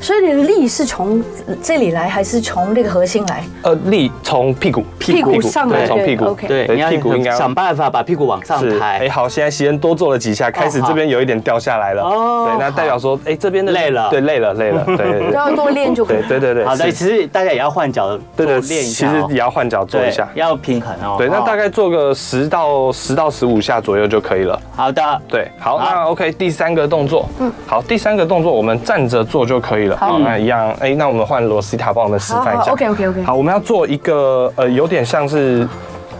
所以你的力是从这里来，还是从这个核心来？呃，力从屁股，屁股上来对，从对屁股， ，OK 对，你要屁股应该要想办法把屁股往上哦是，哎、抬，好，现在西恩多做了几下，开始好这边有一点掉下来了。哦对，那代表说，哎、这边的累了对，累了，累了，对对都 要多练就可以对，。对对对，好的，是其实大家也要换脚，对对，做练一其下实哦，也要换脚做对一下。要平衡哦，对，那哦大概做个十到十到十五下左右就可以了。好的，对，好，好那 OK，第三个动作，嗯，好，第三个动作我们站着做就可以了。好那一样，哎、那我们换罗西塔帮我们示范一下。 ，OK，OK，OK。好，我们要做一个呃，有点像是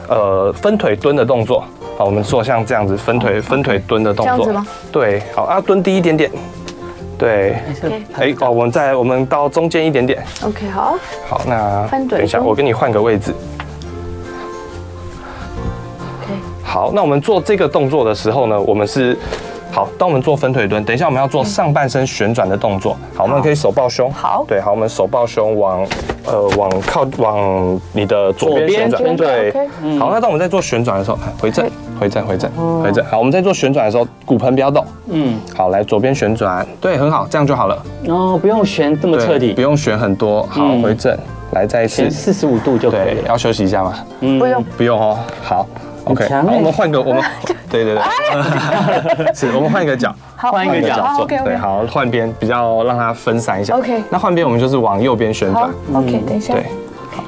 呃分腿蹲的动作。好，我们做像这样子分腿分腿蹲的动这样作。子吗对，好啊，蹲低一点点。对， OK 哎、哦，我们再我们到中间一点点。 OK，好，好，那翻腿等一下，蹲我跟你换个位置。好，那我们做这个动作的时候呢，我们是好，当我们做分腿蹲，等一下我们要做上半身旋转的动作。好，我们可以手抱胸。好对，好，我们手抱胸往呃往靠往你的左左边边旋转。旋转对 OK，好，那当我们在做旋转的时候，哎回正回正回正回正。好，我们在做旋转的时候，骨盆不要动。嗯，好，来左边旋转，对，很好，这样就好了。哦，不用旋这么彻对不底，用旋很多。好，嗯回正，来再一次旋。四十五度就可以对，了，要休息一下吗？嗯不用，不用哦，好，OK，强好，欸我们换个，我们对对对，是我们换一个脚，好，换一个角好，OK，OK，哦对，好，换边比较让它分散一下。 OK 那换边我们就是往右边旋好转， ，OK，等一下嗯对，。好，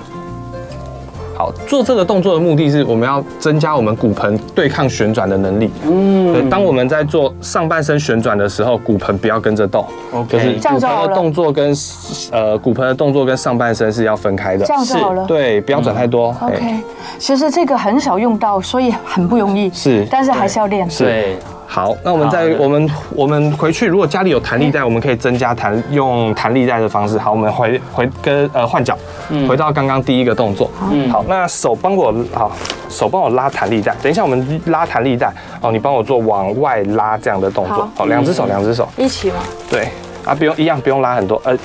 好做这个动作的目的是我们要增加我们骨盆对抗旋转的能力。嗯，对，当我们在做上半身旋转的时候，骨盆不要跟着动。 OK 就是这样骨就好盆了的动作跟呃骨盆的动作跟上半身是要分开的这。样就是好了。嗯对，不要转太多。哎 OK，其实这个很少用到，所以很不容易。是但是还是要练。是对，好，那我们再好的我们我们回去，如果家里有弹力带，我们可以增加弹用弹力带的方式。好，我们回回跟呃换脚，嗯回到刚刚第一个动作。好，那手帮我好，手帮我拉弹力带。等一下我们拉弹力带哦，你帮我做往外拉这样的动作好。嗯好，两只手，两只手。一起嘛。对啊，不用一样，不用拉很多，呃，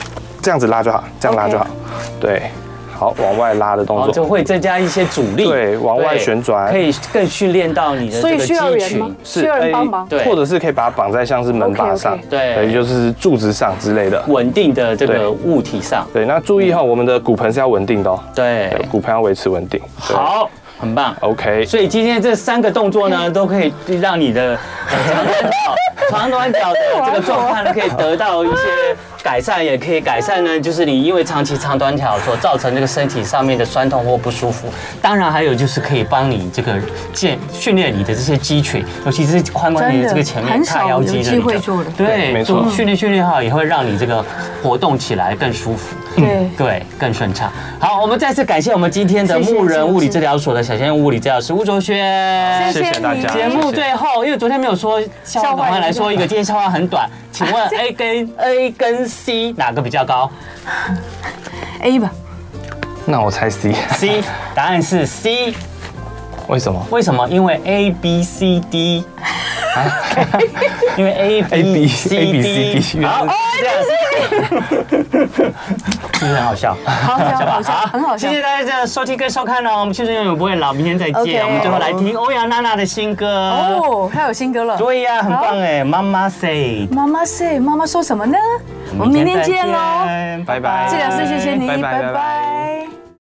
这样子拉就好，这样拉就好 OK。对，好，往外拉的动哦，就作。会增加一些阻力，对往外对旋转可以更训练到你的所这以个需要肌人吗群。？需要人帮忙。对哎或者是可以把它绑在像是门把 OK，OK 上，对也就是柱子上之类的。稳定的这对个物体上，对，那注意哈，我们的骨盆是要稳定的哦，对对，骨盆要维持稳定。对，好，很棒。 OK，所以今天这三个动 作呢，都可以让你的呃长 短脚、长短脚的这个状况呢，可以得到一些改善，也可以改善呢，就是你因为长期长短脚所造成这个身体上面的酸痛或不舒服。当然还有就是可以帮你这个健训练你的这些肌群，尤其是髋关节这个前面真的髂腰很少肌有的机那会个做的对对，没错做训练训练好，也会让你这个活动起来更舒服。嗯对对，更顺畅。好，我们再次感谢我们今天的谢谢牧人物理谢谢治疗所的小先生物理治疗师吴卓轩。谢谢大家。节目谢谢最后，因为昨天没有说笑笑话，话赶快来说一个。今天笑话很短，请 问 A 跟 A 跟 C 哪个比较高 A 吧，那我猜 C， ？C，答案是 C。为什么为什么？因为 A B C D。因为 A A B B C A B C D， D 原来好，这样是不是很好笑？好笑，好 笑，很好笑谢。谢大家的收听跟收看哦，我们青春永远不会老，明天再见。 OK 我们最后来听欧阳娜娜的新歌。哦，他有新歌了。对呀、很好棒哎，妈妈 say。妈妈 say，妈妈说什么呢？我们明天见喽。拜拜治疗师，谢谢你，拜拜拜拜拜拜。